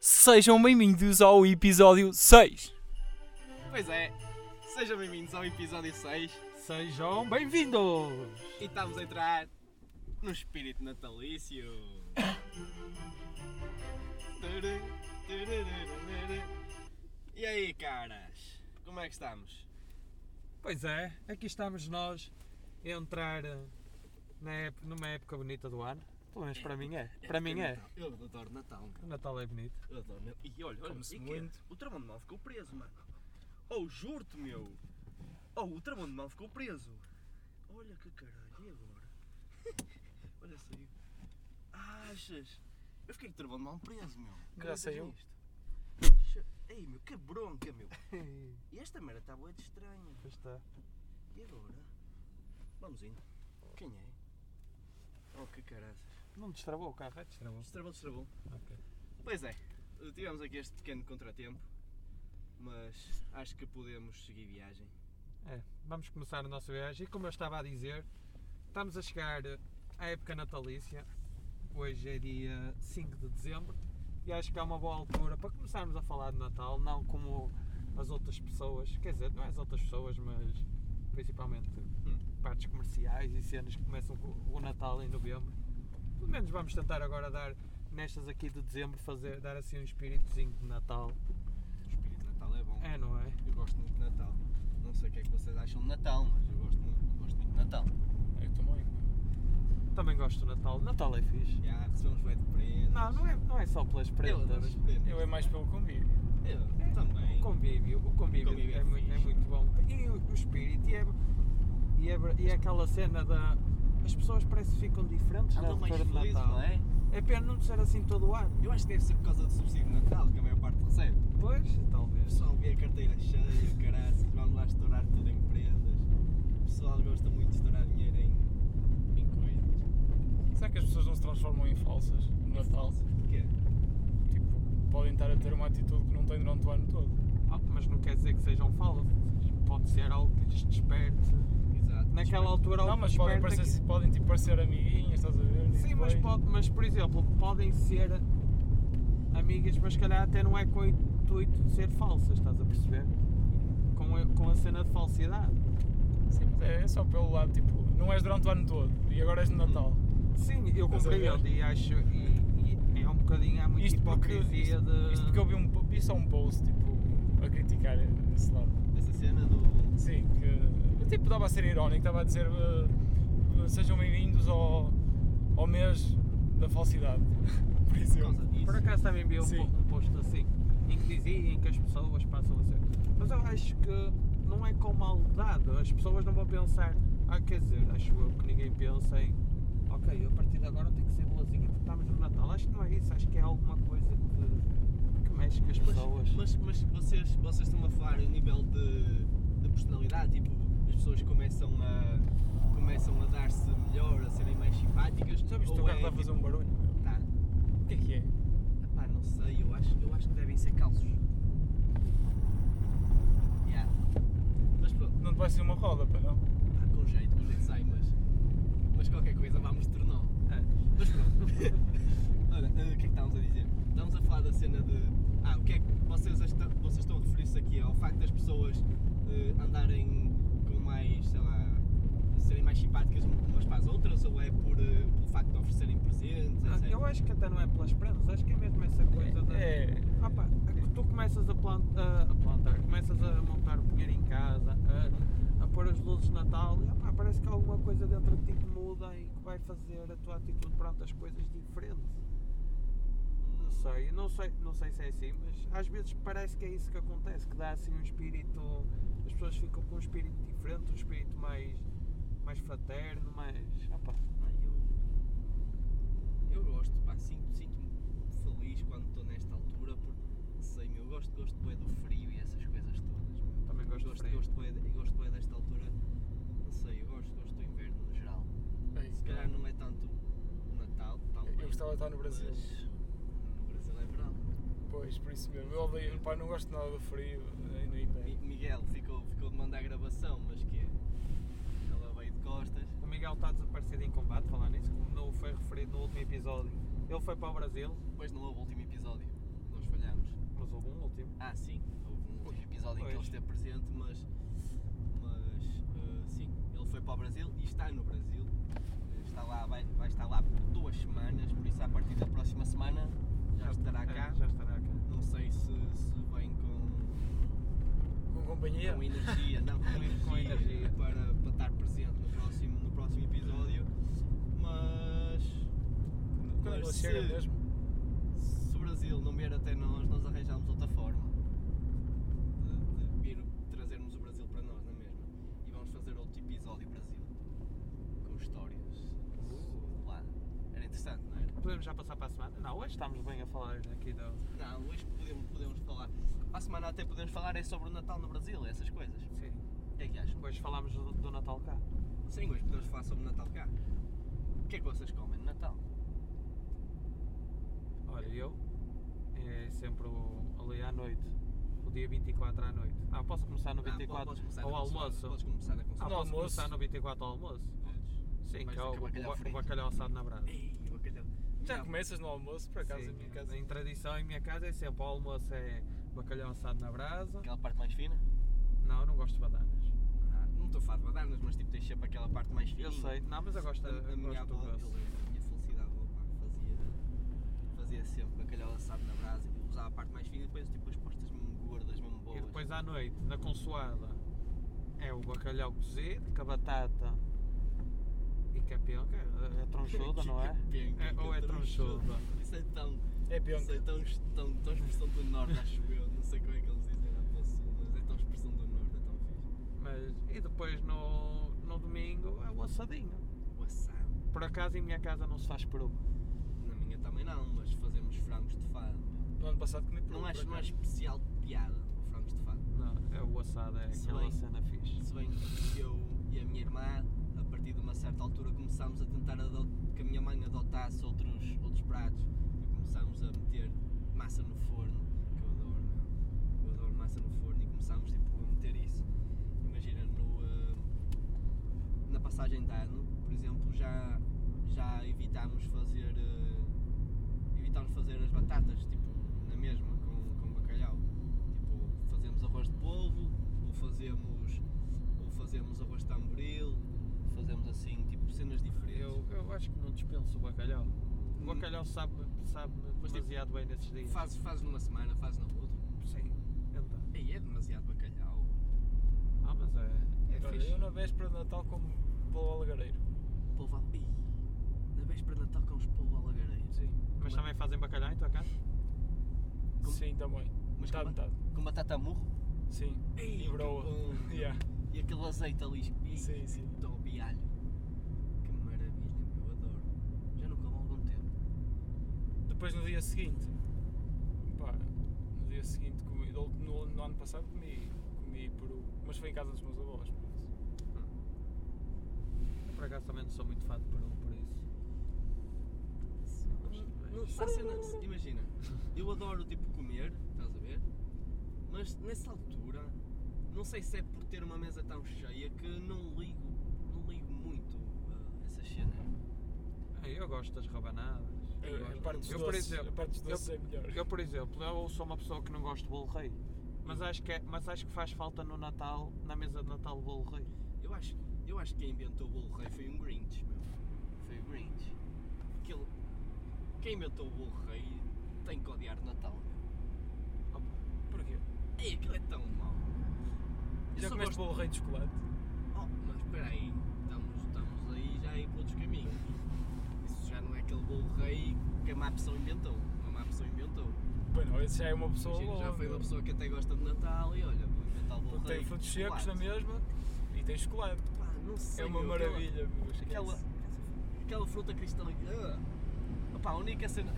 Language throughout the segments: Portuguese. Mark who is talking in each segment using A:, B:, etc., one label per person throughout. A: Sejam bem-vindos ao episódio 6.
B: Pois é, sejam bem-vindos ao episódio 6
C: Sejam bem-vindos!
B: e estamos a entrar num espírito natalício. Turu, tururururu. E aí, caras? Como é que estamos?
C: Pois é, aqui estamos nós a entrar eh, na ép- numa época bonita do ano. Pelo menos para mim é. Para mim é.
B: Natal. Eu adoro Natal,
C: O
B: cara.
C: Natal é bonito.
B: Eu adoro Natal. E olha, olha,
A: Come-se
B: e que- é?
A: muito.
B: o travão de mão ficou preso, mano. Oh, juro-te, meu. Oh, o travão de mão ficou preso. Olha que caralho, e agora? olha, saiu. Achas? Eu fiquei com o travão de mão preso, meu. Caraca,
C: saiu?
B: nisto. Che- Ei, meu, que bronca, meu. E esta merda está boa de estranha.
C: Pois tá. está.
B: E agora? Vamos indo. Quem é? Oh, que caralho.
C: Não destravou o carro, é? Destravou.
B: Destravou, destravou.
C: Ok.
B: Pois é, tivemos aqui este pequeno contratempo, mas acho que podemos seguir viagem.
C: É, vamos começar o nosso viagem e como eu estava a dizer, estamos a chegar eh, à época natalícia. Hoje é dia 5 de dezembro e acho que é uma boa altura para começarmos a falar de Natal, não como as outras pessoas, quer dizer, não é as outras pessoas, mas principalmente
B: Hum,
C: partes comerciais e cenas que começam com o Natal em novembro. Pelo menos vamos tentar agora dar nestas aqui de dezembro fazer dar assim um espíritozinho de Natal.
B: O espírito de Natal é bom.
C: É, não é?
B: Eu gosto muito de Natal. Não sei o que é que vocês acham de Natal, mas eu gosto muito, gosto muito de Natal.
D: Eu também.
C: Também gosto do Natal. Natal é fixe.
B: Já recebemos bem de prendas.
C: Não, não é, não é só pelas
B: Eu adoro
C: prendas.
B: as prendas.
D: Eu é mais pelo convívio.
B: Eu
C: É,
B: também.
C: O convívio, o convívio,
B: O convívio é
C: é, muito, é
B: fixe.
C: muito bom. E o, o espírito, e é, e, é, e é aquela cena da. As pessoas parece que ficam diferentes na
B: Andam mais
C: altura de
B: felizes,
C: Natal.
B: um não é?
C: é pena não ser assim todo o ano.
B: Eu acho que deve ser por causa do subsídio de Natal que a maior parte recebe.
C: Pois,
B: O
C: talvez.
B: pessoal vê a carteira cheia, caraças, vamos lá estourar tudo em prendas. O pessoal gosta muito de estourar dinheiro em, em coisas.
D: Será que as pessoas não se transformam em falsas no Natal?
B: Porquê?
D: Tipo, podem estar a ter uma atitude que não têm durante o ano todo.
C: Ah, mas não quer dizer que sejam falas. Pode ser algo que lhes desperte.
B: Exato.
C: Naquela altura, algo
D: Não, mas
C: é que
D: podem,
C: desperta
D: parecer,
C: que-
D: podem tipo, parecer amiguinhas, estás a ver? E
C: Sim, mas,
D: depois-
C: pode, mas por exemplo, podem ser amigas, mas se calhar até não é com o intuito de ser falsas, estás a perceber? Com a, com a cena de falsidade.
D: Sim, mas é, é só pelo lado, tipo, não és durante o ano todo e agora és no Natal.
C: Hum, Sim, eu
D: Estás a ver?
C: compreendo e acho. E, e é um bocadinho, há muita
D: Isto porque,
C: hipocrisia
D: isto,
C: de.
D: isto porque eu vi um, po- vi só um post, tipo, a criticar esse lado.
B: Essa cena do.
D: Sim, que tipo estava a ser irónico, estava a dizer eh, eh, sejam bem-vindos ao, ao mês da falsidade. é. Por
B: Por
D: exemplo.
B: causa disso.
C: Por acaso também vi um,
D: Sim.
C: po- um post assim, em que dizia em que as pessoas passam a ser. Mas eu acho que não é com maldade, as pessoas não vão pensar. Ah, quer dizer, acho eu que ninguém pensa em. Ok, eu a partir de agora tenho que ser boazinha porque estamos no Natal. Acho que não é isso, acho que é alguma coisa que, que mexe com as pessoas.
B: Mas, mas, mas vocês, vocês estão a falar em nível de, de personalidade, tipo, as pessoas começam a, começam a dar-se melhor, a serem mais simpáticas.
D: Já viste o teu
B: ou é,
D: carro está a fazer um barulho? meu?
B: Tá.
D: O que é que é?
B: Epá, não sei, eu acho, eu acho que devem ser calços. Yeah. Mas pronto,
D: Não te vai ser uma roda, pá, não?
B: pá, com jeito, quando é que sai, mas, mas qualquer coisa vamos tornar.
C: É.
B: Mas pronto. Olha, eh, o que é que estávamos a dizer? Estávamos a falar da cena de. Ah, o que é que vocês, esta- vocês estão a referir-se aqui ao facto das pessoas eh, andarem com mais, sei lá, serem mais simpáticas umas para as outras ou é por, eh, pelo facto de oferecerem presentes,
C: Ah,
B: etc.
C: Eu acho que até não é pelas prendas, acho que é mesmo essa coisa da.
D: É.
C: Ah pá, tu começas a, plant, a, a plantar, começas a montar o pinheiro em casa, a, a pôr as luzes de Natal, e, ah pá, parece que há alguma coisa dentro de ti que muda e que vai fazer a tua atitude perante as coisas diferente. Não sei, não sei, não sei se é assim, mas às vezes parece que é isso que acontece, que dá assim um espírito, as pessoas ficam com um espírito diferente, um espírito mais, mais fraterno, mais, ah pá,
B: Ah, eu, eu gosto, pá, sinto- sinto-me feliz quando estou nesta altura porque sei, meu, eu gosto, gosto bem do frio e essas coisas todas. meu.
C: também gosto,
B: Gosto,
C: de frio.
B: gosto, bué de- gosto bué desta altura, não sei, eu gosto, gosto do inverno no geral. Se calhar não é tanto o Natal, talvez.
D: Eu gostava de estar no
B: Mas
D: Brasil.
B: no Brasil é verão.
D: Pois, por isso mesmo. Eu odeio, pá, não gosto nada do frio eh, e do inverno.
B: Mi- Miguel ficou, ficou de mandar a gravação, mas que é, ela veio de costas.
C: O Miguel está desaparecido em combate, falar nisso, como não foi referido no último episódio. Ele foi para o Brasil,
B: Depois não houve o último episódio, nós falhámos.
C: mas houve um último.
B: Ah, sim, houve um episódio em que
C: Pois.
B: ele esteve presente, mas. Mas. eh, sim, ele foi para o Brasil e está no Brasil. Eh, Está lá, vai, vai estar lá por duas semanas, por isso a partir da próxima semana já estará
C: está-
B: cá.
C: é, Já estará cá.
B: Não sei se, se vem com,
D: Com companhia.
B: com energia, não, com energia,
C: Com energia.
B: Para, para estar presente no próximo, no próximo episódio. Mas.
D: Quando é que ele
B: mas
D: chega
B: se-
D: mesmo?
B: se o Brasil não vier até nós, nós arranjámos outra forma de, de vir trazermos o Brasil para nós, não é mesmo? E vamos fazer outro episódio Brasil com histórias
C: Uh.
B: lá. Era interessante, não é? era?
C: Podemos já passar para a semana? Não, hoje estamos bem a falar aqui da.
B: Não, hoje podemos, podemos falar. À semana até podemos falar é sobre o Natal no Brasil, essas coisas.
C: Sim.
B: O que é que acham?
C: Hoje falámos do, do Natal cá.
B: Sim, hoje podemos falar sobre o Natal cá. O que é que vocês comem no Natal?
C: Olha, eu é sempre o- ali à noite, o dia 24 à noite. Ah, posso começar no
B: Ah, po-
C: 24
B: podes começar
C: ao
B: na consoada,
C: almoço?
B: Podes começar na
C: Ah,
B: consoada.
D: No
C: posso
D: almoço.
C: começar no 24 ao almoço? Sim,
B: Mais
C: que é
B: do
C: o,
B: que
C: o
B: bacalhau
C: ba- o
B: frito.
C: bacalhau assado na brasa.
B: Ei, bacalhau.
D: Já começas no almoço, por acaso,
C: Sim,
D: em
B: é
D: minha casa.
C: Em tradição, em minha casa é sempre o almoço é bacalhau assado na brasa.
B: Aquela parte mais fina?
C: Não, eu não gosto de bananas.
B: Ah, não estou a falar de badanas, mas tipo, tens sempre aquela parte mais fininha.
C: Eu sei, não, mas eu gosto,
B: A, a
C: eu
B: minha
C: gosto do
B: avó, eu
C: doce.
B: lembro, a minha felicidade, a pá, fazia, fazia sempre bacalhau assado na brasa, e usava a parte mais fina e depois tipo, as postas mesmo gordas, mesmo boas.
C: E depois à noite, na consoada, é o bacalhau cozido, com a batata e capelca, é tronchuda, não é?
B: Penca,
C: É-
B: que
C: Ou é tronchuda?
B: Isso é tão,
D: É pior.
B: isso é tão, tão, tão expressão do norte, acho eu, não sei como é que eles dizem lá para o sul, mas é tão expressão do norte, é tão fixe.
C: Mas, e depois no, no domingo é o assadinho.
B: O assado,
C: Por acaso em minha casa não se faz peru.
B: na minha também não, mas fazemos frangos de fado.
D: No ano passado comi peru,
B: Não
D: por
B: acho, não acho
D: acaso.
B: especial piada, o frangos de fado.
C: Não, é o assado, é
B: Se
C: aquela
B: bem-
C: cena fixe.
B: Se bem que eu e a minha irmã, a partir de uma certa altura, começámos a tentar ado- que a minha mãe adotasse outros, outros pratos e começámos a meter massa no forno, que eu adoro, meu. eu adoro massa no forno e começámos tipo, a meter isso. Imagina, no, ah, na passagem de ano, por exemplo, já, já evitámos fazer ah, evitámos fazer as batatas tipo, na mesma, com, com bacalhau. Tipo, fazemos arroz de polvo ou fazemos ou fazemos arroz de tamboril, fazemos assim, tipo cenas diferentes.
C: Eu, eu acho que não dispenso o bacalhau. O bacalhau sabe, sabe
B: Mas, tipo,
C: demasiado bem nesses dias.
B: Fazes, fazes numa semana, fazes na outra.
C: Sim, então.
B: Aí é demasiado bacalhau.
C: Ah, mas é, é
D: Olha,
C: fixe.
D: eu na véspera de Natal como pelo alagareiro.
B: Polvo ao... Ih, na véspera de Natal com os polvo ao lagareiro.
D: Sim.
C: Mas também fazem bacalhau em tua casa?
B: Como-
D: Sim, também.
B: Mas
D: metade,
B: com, ba-
D: metade.
B: com batata murro
D: Sim.
B: Ei,
D: e broa.
B: que bom.
D: Yeah.
B: e aquele azeite ali. Ih,
D: Sim, sim.
B: Top e alho. Que maravilha, meu, adoro. Já não como há algum tempo.
D: Depois no dia seguinte, pá, no dia seguinte, comi, no, no- no ano passado comi, comi peru, mas foi em casa dos meus avós. por isso. Hum.
C: Eu, Por acaso também não sou muito fã de peru, por isso.
B: Não, há cena- imagina, eu adoro tipo comer, estás a ver? Mas nessa altura, não sei se é por ter uma mesa tão cheia que não ligo, não ligo muito a essas cenas.
C: Ah, Eu gosto das rabanadas.
B: Eu
D: É, A-
B: gosto.
D: a parte dos
C: Eu, por
D: doces,
C: exemplo,
D: a parte dos
C: eu-
D: doces é melhor.
C: Eu, por exemplo, eu sou uma pessoa que não gosto de bolo rei. Mas acho, que é- mas acho que faz falta no Natal, na mesa de Natal, o bolo rei.
B: Eu acho, eu acho que quem inventou o bolo rei foi um Grinch, meu. Foi o Grinch. Aquele, quem inventou o bolo rei tem que odiar o Natal, meu.
D: Porquê?
B: Ei, aquilo é tão mau. Eu
D: Já
B: só
D: comeste
B: gosto-
D: bolo rei de chocolate?
B: Oh, mas espera aí, estamos, estamos aí já a ir para outros caminhos. Isso já não é aquele bolo rei que a má pessoa inventou. Uma má pessoa inventou.
D: Bem, não, esse já é uma pessoa
B: Imagina, já
D: boa,
B: foi uma
D: não.
B: pessoa que até gosta de Natal e olha, vou inventar o bolo
D: Porque
B: rei.
D: tem
B: com
D: frutos secos na
B: chocolate.
D: mesma e tem chocolate.
B: Pá, não sei,
D: é uma
B: meu, aquela-
D: maravilha. meu, esquece.
B: Aquela, aquela fruta cristalizada. Opá, a única cena.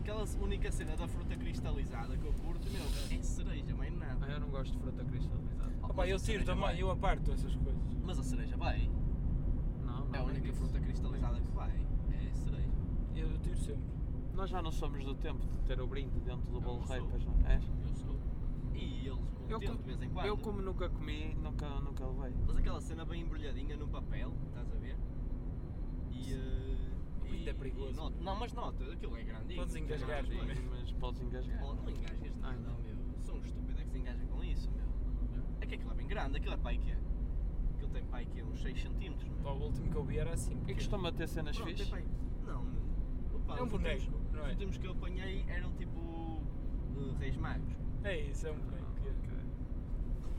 B: Aquela única cena da fruta cristalizada que eu curto, meu, é cereja, mais nada.
C: Ah,
D: É.
C: eu não gosto de fruta cristalizada.
B: Oh,
D: Ah, pá,
B: mas
D: eu
B: a
D: tiro
B: cereja
D: também,
B: vai.
D: eu aparto essas coisas.
B: Mas a cereja vai.
C: Não, não.
B: É a
C: nem
B: única
C: isso.
B: fruta cristalizada que vai. É cereja.
D: Eu, eu tiro sempre.
C: Nós já não somos do tempo de ter o brinde dentro do
B: Eu
C: bolo
B: não
C: rei,
B: sou.
C: pois não? És?
B: Eu sou. E eles contendo
C: Eu como-
B: de vez em quando.
C: Eu, como nunca comi, nunca, nunca levei.
B: Mas aquela cena bem embrulhadinha num papel, estás a ver? E. eh,
D: Ainda
B: e-
D: perigoso.
B: Not- não, mas notas, aquilo é grandinho.
D: Podes
B: tem
D: engasgar,
B: várias coisas.
C: mas podes engasgar.
B: Oh, não engasgas
C: Ah,
B: nada,
C: não.
B: meu. Sou um estúpido é que se engaja com isso, meu. É que aquilo é bem grande, aquilo é para aí que é. Aquilo tem para aí que é uns 6 cm.
D: Pá, o último que eu vi era
B: É
D: assim.
C: E
D: pequeno.
C: costuma ter cenas fixe?
B: Não, meu. Opa,
D: É um
B: os últimos-
D: boneco, não é?
B: Os últimos que eu apanhei eram tipo eh, reis magos.
D: É isso, é um
B: Ah,
D: boneco.
C: Ok.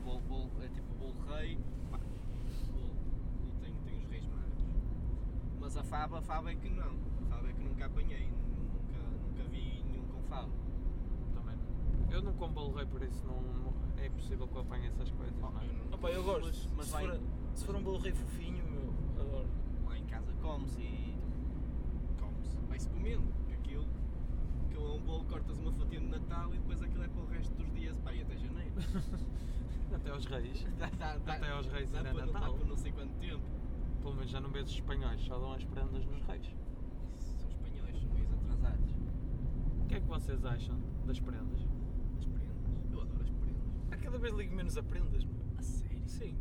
B: Bolo, bolo, é tipo bolo rei. Pá, bolo. E tem, tem os reis magos. Mas a fava, a fava é que não. A fava é que nunca apanhei. Nunca, nunca vi nenhum com fava.
C: Também. não. Eu não como bolo rei, por isso não, não- é impossível que eu apanhe essas coisas,
B: Oh,
C: não é?
B: eu não-
D: Opa, eu gosto.
B: Mas, mas
D: se,
B: vai-
D: for, se for um bolo rei fofinho, meu, adoro.
B: lá em casa come-se e come-se, vai-se comendo, porque aquilo, aquilo é um bolo, cortas uma fatia no Natal e depois aquilo é para o resto dos dias, pá, e até janeiro.
C: Até aos reis.
B: Dá- dá- dá-
C: Até aos reis
B: dá
C: ainda é
B: para- dá
C: Natal.
B: para não sei quanto tempo.
C: Pelo menos já não vejo os espanhóis, só dão as prendas nos reis.
B: Isso, São espanhóis, são meio atrasados.
C: O que é que vocês acham das prendas?
B: As prendas, eu adoro as prendas.
D: Há cada vez ligo menos a prendas, meu.
B: A sério?
D: Sim.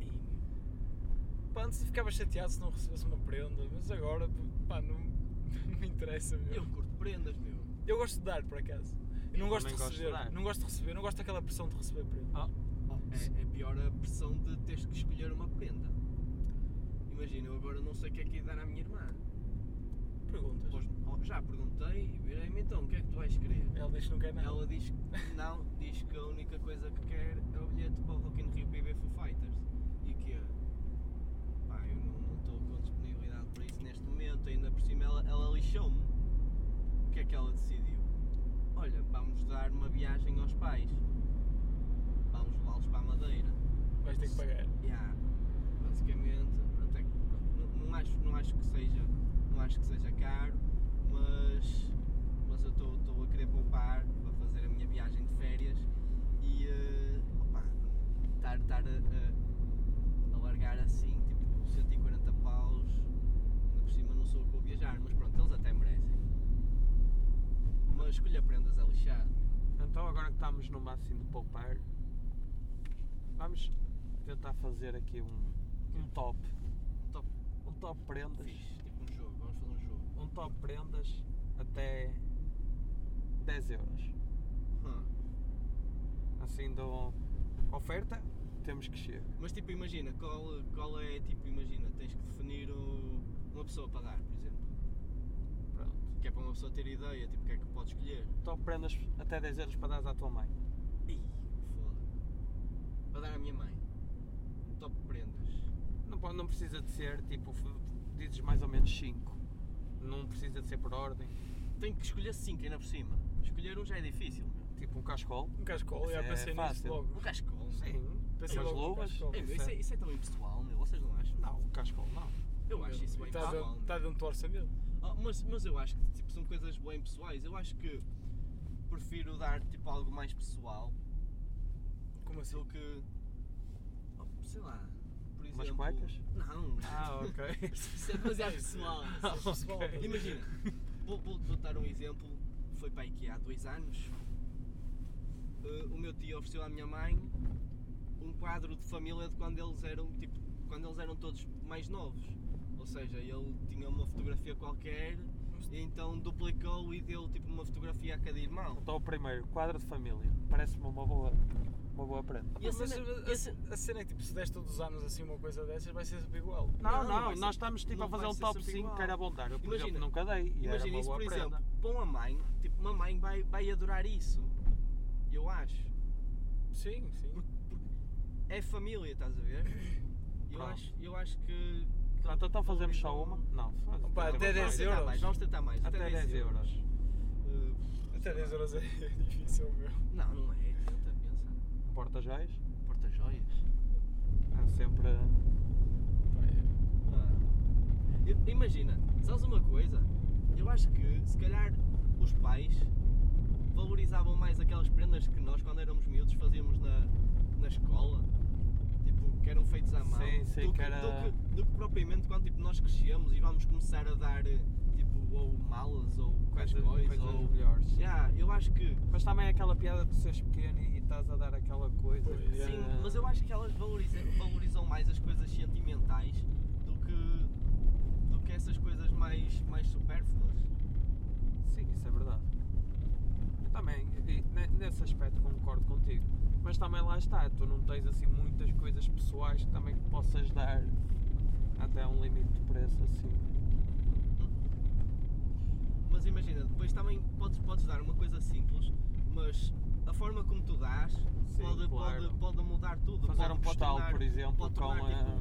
B: Ei, meu.
D: Pá, antes ficava chateado se não recebesse uma prenda, mas agora, pá, não, não me interessa, meu.
B: Eu curto prendas, meu.
D: Eu gosto de dar, por acaso. Eu não
C: Eu
D: gosto de
C: também gosto de
D: receber.
C: dar.
D: não gosto de receber. Não gosto daquela pressão de receber prenda.
C: Ah,
B: É, é pior a pressão de teres que escolher uma prenda. Imagina, eu agora não sei o que é que ia dar à minha irmã.
D: Perguntas.
B: Pois, oh, já perguntei e virei-me então, o que é que tu vais querer?
D: Ela diz que não quer nada.
B: Ela diz que não, diz que a única coisa que quer é o bilhete para o Rock in Rio BB Foo Fighters. E que é, pá, eu não não estou com disponibilidade para isso neste momento, ainda por cima ela, ela lixou-me. O que é que ela decidiu? Olha, vamos dar uma viagem aos pais. Vamos levá-los para a Madeira.
D: Vais ter que pagar.
B: Yeah, basicamente, até que, pronto, não, não acho, não acho que seja, não acho que seja caro, mas, mas eu estou a querer poupar para fazer a minha viagem de férias e eh, opa, estar, estar a, a- a largar assim, tipo 140 paus, ainda por cima não sou eu que vou viajar, mas pronto, eles até merecem. Mas escolha prendas é lixado.
C: então agora que estamos no máximo de poupar, vamos tentar fazer aqui um, um top.
B: Um top.
C: Um top prendas.
B: Fixe, tipo um jogo, vamos fazer um jogo.
C: Um top prendas até 10 euros.
B: Hum.
C: Assim dou oferta, temos que chegar.
B: Mas tipo, imagina, qual, qual é, tipo, imagina, tens que definir o- uma pessoa para dar, por exemplo.
C: Pronto.
B: Que é para uma pessoa ter ideia, tipo, o que é que pode escolher.
C: Top prendas até 10 euros para dar à tua mãe.
B: Ih, foda. Para dar à minha mãe. Um Top de prendas.
C: Não, pode- não precisa de ser tipo, f- dizes mais ou menos 5. Não precisa de ser por ordem.
B: Tenho que escolher 5 ainda por cima. Escolher um já é difícil, meu.
C: Tipo um cascol.
D: Um cascol,
C: Isso
D: já
C: é
D: pensei nisso
C: fácil.
D: logo.
B: Um cascol.
C: Sim.
B: Assim
D: Pensei
C: Umas
D: logo no
C: luvas.
D: cascol.
B: É, meu, isso, é, isso é tão impessoal, meu. Vocês não acham?
C: Não, o cascol não.
B: Eu acho isso bem
D: Está
B: pessoal. meu.
D: tá dentro do orçamento.
B: Oh, mas, mas eu acho que tipo, são coisas bem pessoais. Eu acho que prefiro dar tipo, algo mais pessoal
D: Como assim?
B: do que. oh, sei lá. Por exemplo,
C: Umas cuecas?
B: Não.
C: Ah, ok.
B: Isso é demasiado pessoal. é
D: Ah, ok.
B: Imagina, vou, vou- vou dar um exemplo. Foi para aqui há dois anos. Eh, o meu tio ofereceu à minha mãe um quadro de família de quando eles eram tipo quando eles eram todos mais novos. Ou seja, ele tinha uma fotografia qualquer e então duplicou e deu tipo uma fotografia a cada irmão.
C: Então o primeiro, quadro de família. Parece-me uma boa, uma boa prenda.
B: E a
D: Mas
B: cena- e a
D: a-
B: cena-
D: a- a cena é que tipo, se des todos os anos assim uma coisa dessas, vai ser sempre igual.
C: Não, não,
B: não vai ser-
C: nós estamos tipo
B: não
C: a fazer
B: vai
C: um
B: ser
C: top
B: sempre
C: 5
B: igual.
C: que era bom dar. Eu, por
B: Imagina-
C: exemplo, nunca dei e era
B: Imagina
C: uma
B: isso,
C: boa
B: por
C: prenda.
B: exemplo, para uma mãe, tipo, uma mãe vai, vai adorar isso. Eu acho.
D: Sim, sim.
B: É família, estás a ver? Eu
C: Pronto.
B: acho, eu acho que. que
C: Pronto, então fazemos só uma?
B: valorizam-
C: Não, faz-
D: Opa,
B: Não,
D: até
B: vamos
D: 10
B: tentar
D: euros.
B: mais, vamos tentar mais.
C: Até 10 euros.
B: Uh,
D: Até
B: sei
D: 10
B: lá.
D: euros é difícil, meu.
B: Não, não é. Tenta pensar.
C: Porta-joias?
B: Porta-joias.
C: Há sempre.
D: Pá, é-
B: Ah. Eu- Imagina, sabes uma coisa? Eu acho que, se calhar, os pais valorizavam mais aquelas prendas que nós, quando éramos miúdos, fazíamos na, na escola. Tipo, que eram feitos à mão.
C: Sim, sim,
B: do,
C: que era-
B: do que- do que propriamente quando tipo, nós crescemos e vamos começar a dar, eh, tipo, ou malas, ou
C: Coisas,
B: cascóis,
C: coisas
B: ou...
C: melhores.
B: Já, eu acho que...
C: Mas também é aquela piada de seres pequeno e estás a dar aquela coisa.
D: Pois,
C: que- é
D: yeah.
B: Sim, mas eu acho que elas valoriza- valorizam mais as coisas sentimentais do que, do que essas coisas mais mais, mais supérfluas.
C: Sim, isso é verdade. Eu também, e ne- nesse aspecto concordo contigo. Mas também lá está, tu não tens assim muitas coisas pessoais que também possas dar até um limite de preço assim.
B: Mas imagina, depois também podes, podes dar uma coisa simples, mas a forma como tu dás
C: Sim,
B: pode,
C: claro.
B: pode, pode mudar tudo.
C: Fazer
B: pode,
C: um postal,
B: pode tornar-
C: por exemplo,
B: pode
C: com
B: tornar, tipo,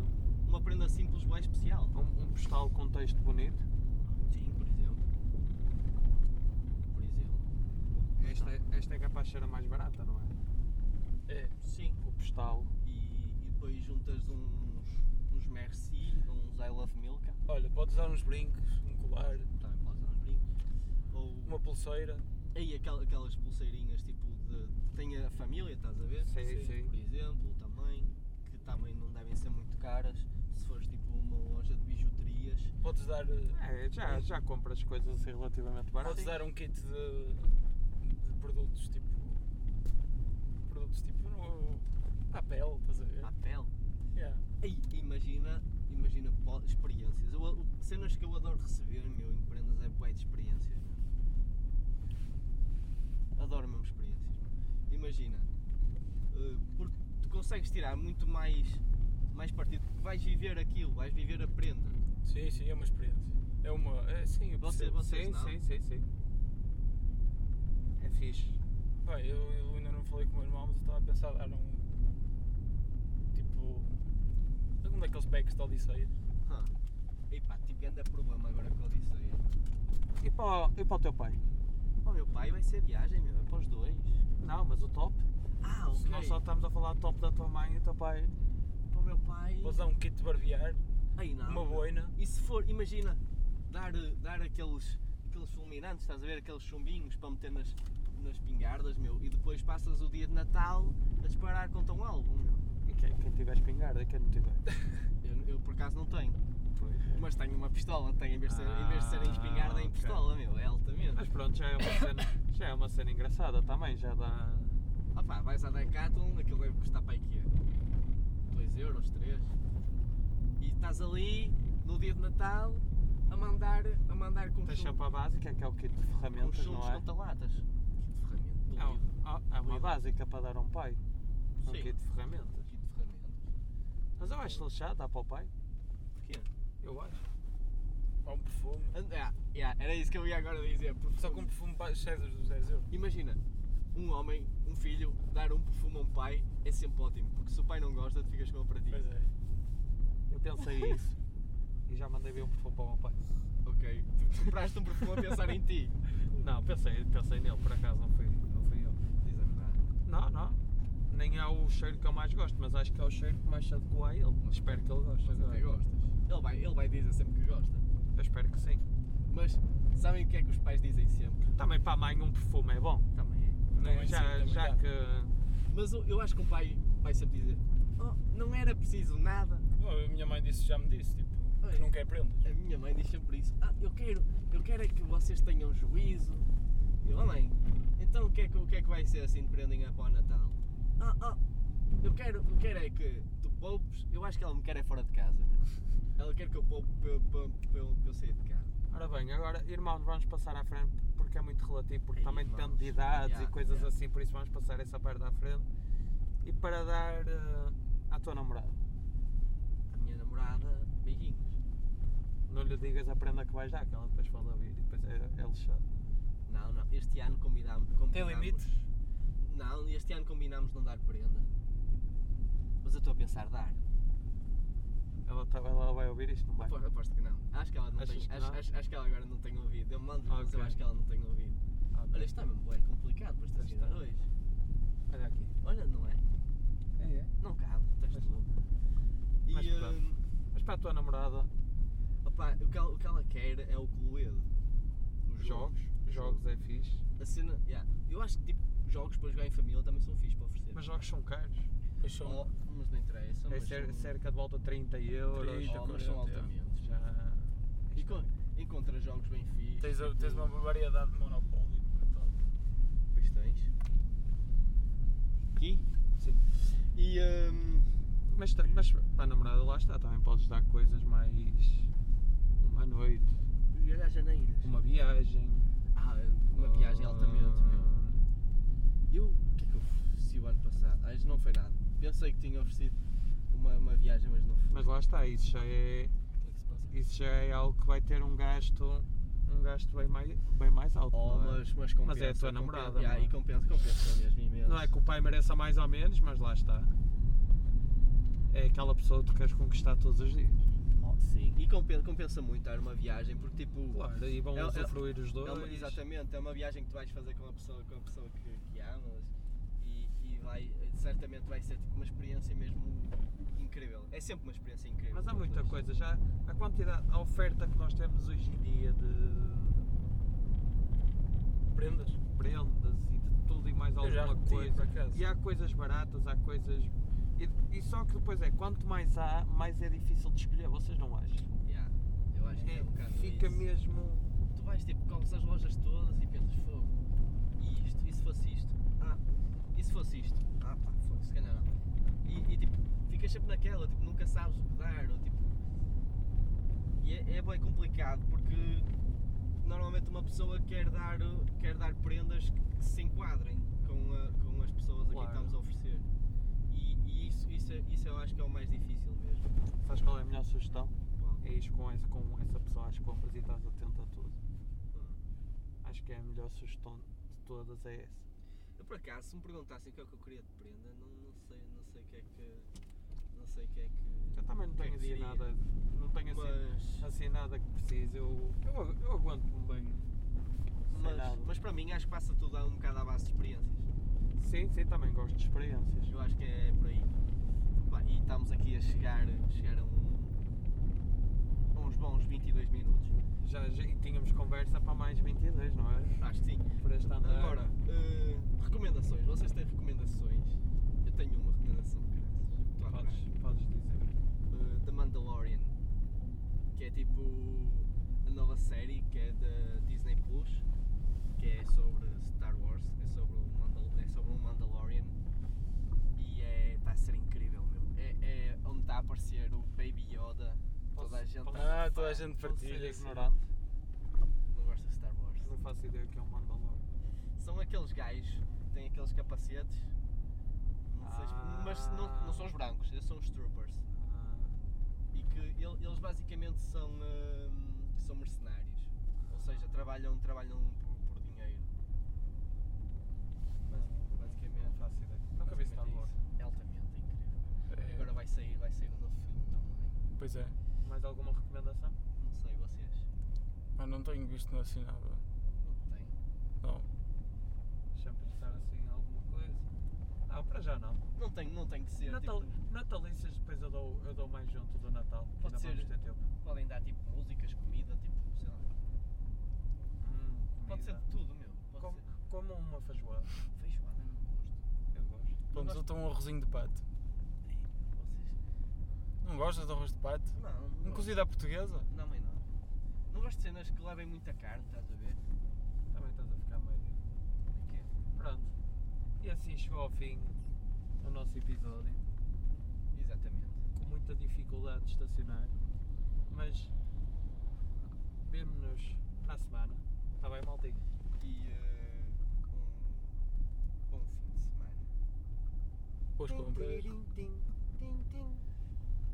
B: uma prenda simples mais especial.
C: a- um, um postal com texto bonito.
B: Sim, por exemplo. Por exemplo.
C: Esta, é- esta é capaz de ser a mais barata, não é?
D: É.
B: Sim.
C: O postal.
B: E, e depois juntas uns, uns Merci, uns I Love Milka.
D: Olha, podes dar uns brincos, um colar,
B: Também podes dar uns brincos. Ou
D: uma pulseira.
B: aí aquel- aquelas pulseirinhas tipo de. Tem a família, estás a ver?
C: Sim, sim.
B: Por exemplo, também. Que também não devem ser muito caras. Se fores tipo uma loja de bijuterias.
D: Podes dar. eh,
C: É, já, já compras coisas assim relativamente baratas.
D: Podes dar um kit de, de produtos tipo. Produtos tipo. No, à pele, estás a ver?
B: À pele.
D: Yeah.
B: Ei, imagina, imagina po- experiências. Eu, eu- cenas que eu adoro receber, meu, em prendas é bué de experiências, meu. Adoro mesmo experiências. meu. Imagina, eh, porque tu consegues tirar muito mais, mais partido, porque vais viver aquilo, vais viver a prenda.
D: Sim, sim, é uma experiência. É uma. É, sim, eu
B: Você-
D: percebo.
B: você- vocês
C: Sim,
B: não?
C: sim, sim, sim. É fixe.
D: Pá, eu, eu ainda não falei com o meu irmão, mas eu estava a pensar dar um. Tipo. Algum tipo, um daqueles packs da Odisseia.
B: Hã. Ei pá, tipo, grande problema agora que eu disse aí.
C: E para, o- e para o teu pai?
B: Para o meu pai vai ser viagem, meu, é para os dois.
C: Não, mas o top.
B: Ah,
C: Se
B: ok.
C: Nós só estamos a falar do top da tua mãe e do teu pai.
B: Para o meu pai...
D: Podes dar um kit de barbear,
B: Ai, não,
D: uma
B: meu.
D: boina.
B: E se for, imagina, dar, eh, dar aqueles, aqueles fulminantes, estás a ver? Aqueles chumbinhos para meter nas, nas pingardas, meu. E depois passas o dia de Natal a disparar contra um álbum, meu.
C: E quem, quem tiver espingarda e quem não tiver.
B: Eu, eu, por acaso não tenho. Mas tenho uma pistola, tenho, em vez de ser, em vez de ser em
C: É. Ah,
B: espingarda, é em
C: ok.
B: pistola, meu. É
C: Mas
B: altamente.
C: pronto, já é uma cena, já é uma cena engraçada também, já dá.
B: Ah pá, vais à Decathlon, aquilo deve custar para aí quê? 2 euros, 3. E estás ali, no dia de Natal, a mandar, a mandar com
C: Tens
B: chum-
C: sempre a básica, que é o kit de
B: com
C: ferramentas,
B: chumbos
C: não é?
B: contra latas. Que ferramenta,
C: É,
B: duvido.
C: um- é uma
B: Duvido.
C: básica para dar a um pai. Um
B: Sim.
C: kit de
B: é
C: ferramentas.
B: Kit de ferramentas.
C: Mas eu acho lixado, dá para o pai.
B: Porquê?
C: Eu acho.
D: Ou um perfume.
B: And- ah, yeah, era isso que eu ia agora dizer. perfume.
D: Só com um perfume ba- cheio dos 10 euros.
B: Imagina, um homem, um filho, dar um perfume a um pai é sempre ótimo, porque se o pai não gosta, tu ficas com ele para ti.
D: Pois é.
C: Eu pensei isso. E já mandei ver um perfume para o meu pai.
B: Ok, tu compraste um perfume a pensar em ti.
C: Não, pensei, pensei nele, por acaso não fui, não fui eu.
B: Diz a É verdade.
C: Não, não. Nem é o cheiro que eu mais gosto, mas acho que é o cheiro que mais se adequa a ele. Espero que ele goste.
B: Mas até
C: agora.
B: gostas. Ele vai, ele vai dizer sempre que gosta.
C: Eu espero que sim.
B: Mas sabem o que é que os pais dizem sempre?
C: Também para a mãe um perfume é bom.
B: Também é.
D: Também
C: já
D: sim, também
C: já
D: dá.
C: que.
B: Mas eu, eu acho que um pai vai sempre dizer: Oh, não era preciso nada.
D: Oh, a minha mãe disse, já me disse, tipo,
B: Ai.
D: que não quer prendas.
B: A minha mãe diz sempre isso. Ah, eu quero, eu quero é que vocês tenham juízo. Eu, "Ah, mãe, então o que é que, o que, é que vai ser assim de prendem após o Natal? Ah, ah, eu quero, eu quero é que tu poupes. Eu acho que ela me quer é fora de casa, meu. Ela quer que eu poupe para eu- para eu- para eu para eu sair de casa.
C: Ora bem, agora, irmão, vamos passar à frente porque é muito relativo, porque
B: Ei,
C: também
B: irmãos.
C: depende de idades
B: Yeah,
C: e coisas
B: yeah.
C: assim, por isso vamos passar essa parte à frente. E para dar eh, à tua namorada,
B: A minha namorada, beijinhos.
C: não lhe digas a prenda que vais dar, que ela depois fala a vir e depois é, é lixado.
B: Não, não, este ano combinámos. combinámos
D: Tem limites?
B: Não, este ano combinámos não dar prenda. Mas eu estou a pensar dar.
C: Ela, tá- ela vai ouvir isto, não vai?
B: Apo- Aposto que não. Acho que ela não
C: Achas
B: tem.
C: que
B: Acho,
C: não?
B: acho- acho que ela agora não tem ouvido. Eu mando, mas eu
C: Ok.
B: acho que ela não tem ouvido.
C: Ah,
B: Olha, isto está mesmo bem complicado para esta
C: Pois está.
B: cidade hoje.
C: Olha aqui.
B: Olha, não é?
C: É, é.
B: Não cabe, estás
C: Mas-
B: louco. E
C: mas pronto.
B: hum,
C: eh, Mas para a tua namorada,
B: opá, o, que ela, o que ela quer é o Cluedo. Os
C: jogos, jogos é fixe,
B: A cena, yeah. Eu acho que tipo, jogos para jogar em família também são fixe para oferecer.
C: mas jogos são caros.
D: Pois são.
B: Oh, mas não interessa.
C: É
B: mas
C: cer-
B: são-
C: cerca de volta de 30 euros.
D: 30,
B: oh, mas são
D: 40,
B: altamente.
C: Já.
B: E co- Encontra jogos bem fixes.
D: Tens,
B: tipo,
D: tens uma variedade de monopólio. é Natal.
B: Pois tens. Aqui?
C: Sim.
B: E hum,
C: Mas, ta- mas para a namorada lá está, também podes dar coisas mais uma noite.
B: E olha
C: viagem. Ah,
B: Ah, uma viagem altamente, meu. Eu, o que é que eu ofereci o ano passado? Ah, isto não foi nada. Pensei que tinha oferecido uma, uma viagem, mas não foi.
C: Mas lá está, isso já é,
B: O que é que se passa?
C: isso já é algo que vai ter um gasto, um gasto bem mais, bem mais alto.
B: Oh,
C: não, é?
B: mas, mas compensa.
C: é a tua
B: compensa.
C: namorada,
B: Yeah,
C: não é?
B: E compensa, compensa mesmo imenso.
C: não é que o pai mereça mais ou menos, mas lá está. É aquela pessoa que tu queres conquistar todos os dias.
B: Oh, sim. E compensa, compensa muito dar uma viagem, porque tipo.
C: Claro, e vão
B: É- é-
C: usufruir os dois.
B: É uma, exatamente, é uma viagem que tu vais fazer com a pessoa, com a pessoa que, que amas e, e vai, certamente vai ser tipo, uma experiência mesmo incrível. É sempre uma experiência incrível.
C: Mas há
B: para os
C: muita
B: dois.
C: coisa, já a quantidade, a oferta que nós temos hoje em dia de
D: Prendas.
C: prendas e de tudo e mais
D: Eu já
C: alguma
D: repeti, por
C: coisa.
D: acaso.
C: E há coisas baratas, há coisas. E, e só que depois é, quanto mais há, mais é difícil de escolher, vocês não acham?
B: Yeah, eu acho que é,
C: É,
B: um bocado
C: fica
B: isso.
C: mesmo.
B: Tu vais tipo, corres as lojas todas e pensas fogo. E isto, e se fosse isto? Ah, e se fosse isto? Ah pá, fogo, se calhar não. E, e tipo, ficas sempre naquela, tipo, nunca sabes o que dar, ou tipo. E é, é bem complicado porque normalmente uma pessoa quer dar, quer dar prendas que, que se enquadrem com, a- com as pessoas a quem
C: Claro.
B: estamos a oferecer. E, e isso, isso, é- isso eu acho que é o mais difícil mesmo.
C: Sabes qual é a melhor sugestão? É ir com, esse, com essa pessoa às compras e estás atento a tudo. Acho que é a melhor sugestão de todas é essa.
B: Eu por acaso, se me perguntassem o que é que eu queria de prenda, não, não sei, não sei o que é que. Não sei o que é que.
C: Eu também não
B: o que é
C: tenho
B: que
C: assim
B: diria.
C: nada. Não tenho assim,
B: Mas-
C: assim nada que precise. Eu, eu, eu aguento-me bem. sem nada.
B: Mas, mas para mim acho que passa tudo a um bocado à base de experiências.
C: Sim, sim, também gosto de experiências.
B: Eu acho que é por aí. Pá, e estamos aqui a chegar, chegar a um. a uns bons 22 minutos.
C: Já, já- e tínhamos conversa para mais 22, não é?
B: Acho que sim.
C: Por este andar.
B: Agora, eh, recomendações. Vocês têm recomendações? Eu tenho uma recomendação, graças. Tu há
C: podes,
B: bocado.
C: podes dizer.
B: uh, The Mandalorian, que é tipo a nova série que é da Disney Plus, que é sobre Star Wars, é sobre o Mandal é sobre um Mandalorian e está a ser incrível meu. É, é onde está a aparecer o Baby Yoda,
C: Posso-
B: toda a gente.
C: posso-
B: tá-
D: Ah, toda a gente
C: Podes ser
D: partilha. sim.
C: ignorante.
B: Não gosta de Star Wars.
C: Não faço ideia o que é um Mandalor.
B: São aqueles gajos que têm aqueles capacetes. Não sei,
C: Ah.
B: Mas não, não são os brancos, eles são os troopers. Ah, e que el- eles basicamente são, hum, são mercenários, ou seja, trabalham, trabalham por, por dinheiro. Basi-
C: não
B: Basicamente,
C: faço ideia. Nunca vi Star
B: basicamente é
C: Wars.
B: isso. É altamente incrível.
D: É.
B: Agora vai sair, vai sair um novo filme também.
D: Pois é.
C: Mais alguma recomendação?
B: Não sei vocês.
D: Mas não tenho visto não assim nada.
B: Não tem.
D: Não.
C: Deixa-me pensar assim alguma coisa. Não, para já não.
B: Não tem, não tem que ser.
C: Natal,
B: tipo,
C: natalícias depois eu dou, eu dou mais junto do Natal. que
B: Pode
C: ainda
B: ser.
C: vamos ter tempo.
B: podem dar tipo músicas, comida, tipo, sei lá.
C: Hum,
B: Pode ser
C: comida.
B: de tudo, meu. Pode
C: Como,
B: ser.
C: como uma feijoada.
B: Feijoada não gosto.
C: Eu gosto.
B: Não
D: Pronto,
B: gosto.
D: eu tomo um arrozinho de pato.
B: Ei, Vocês.
D: Não gostas de arroz de pato?
B: Não, não.
D: Um cozido à portuguesa?
B: Não, mãe, não. Não gosto de cenas que levem muita carne, estás a ver?
C: Também estás a ficar meio.
B: Aqui. é,
C: Pronto. E assim chegou ao fim o nosso episódio.
B: Exatamente.
C: Com muita dificuldade de estacionar. Mas vemo-nos para a semana. Está bem, maldinho?
B: E eh, um bom fim de semana.
D: Boas compras.
C: Tim, tim, tim, tim, tim.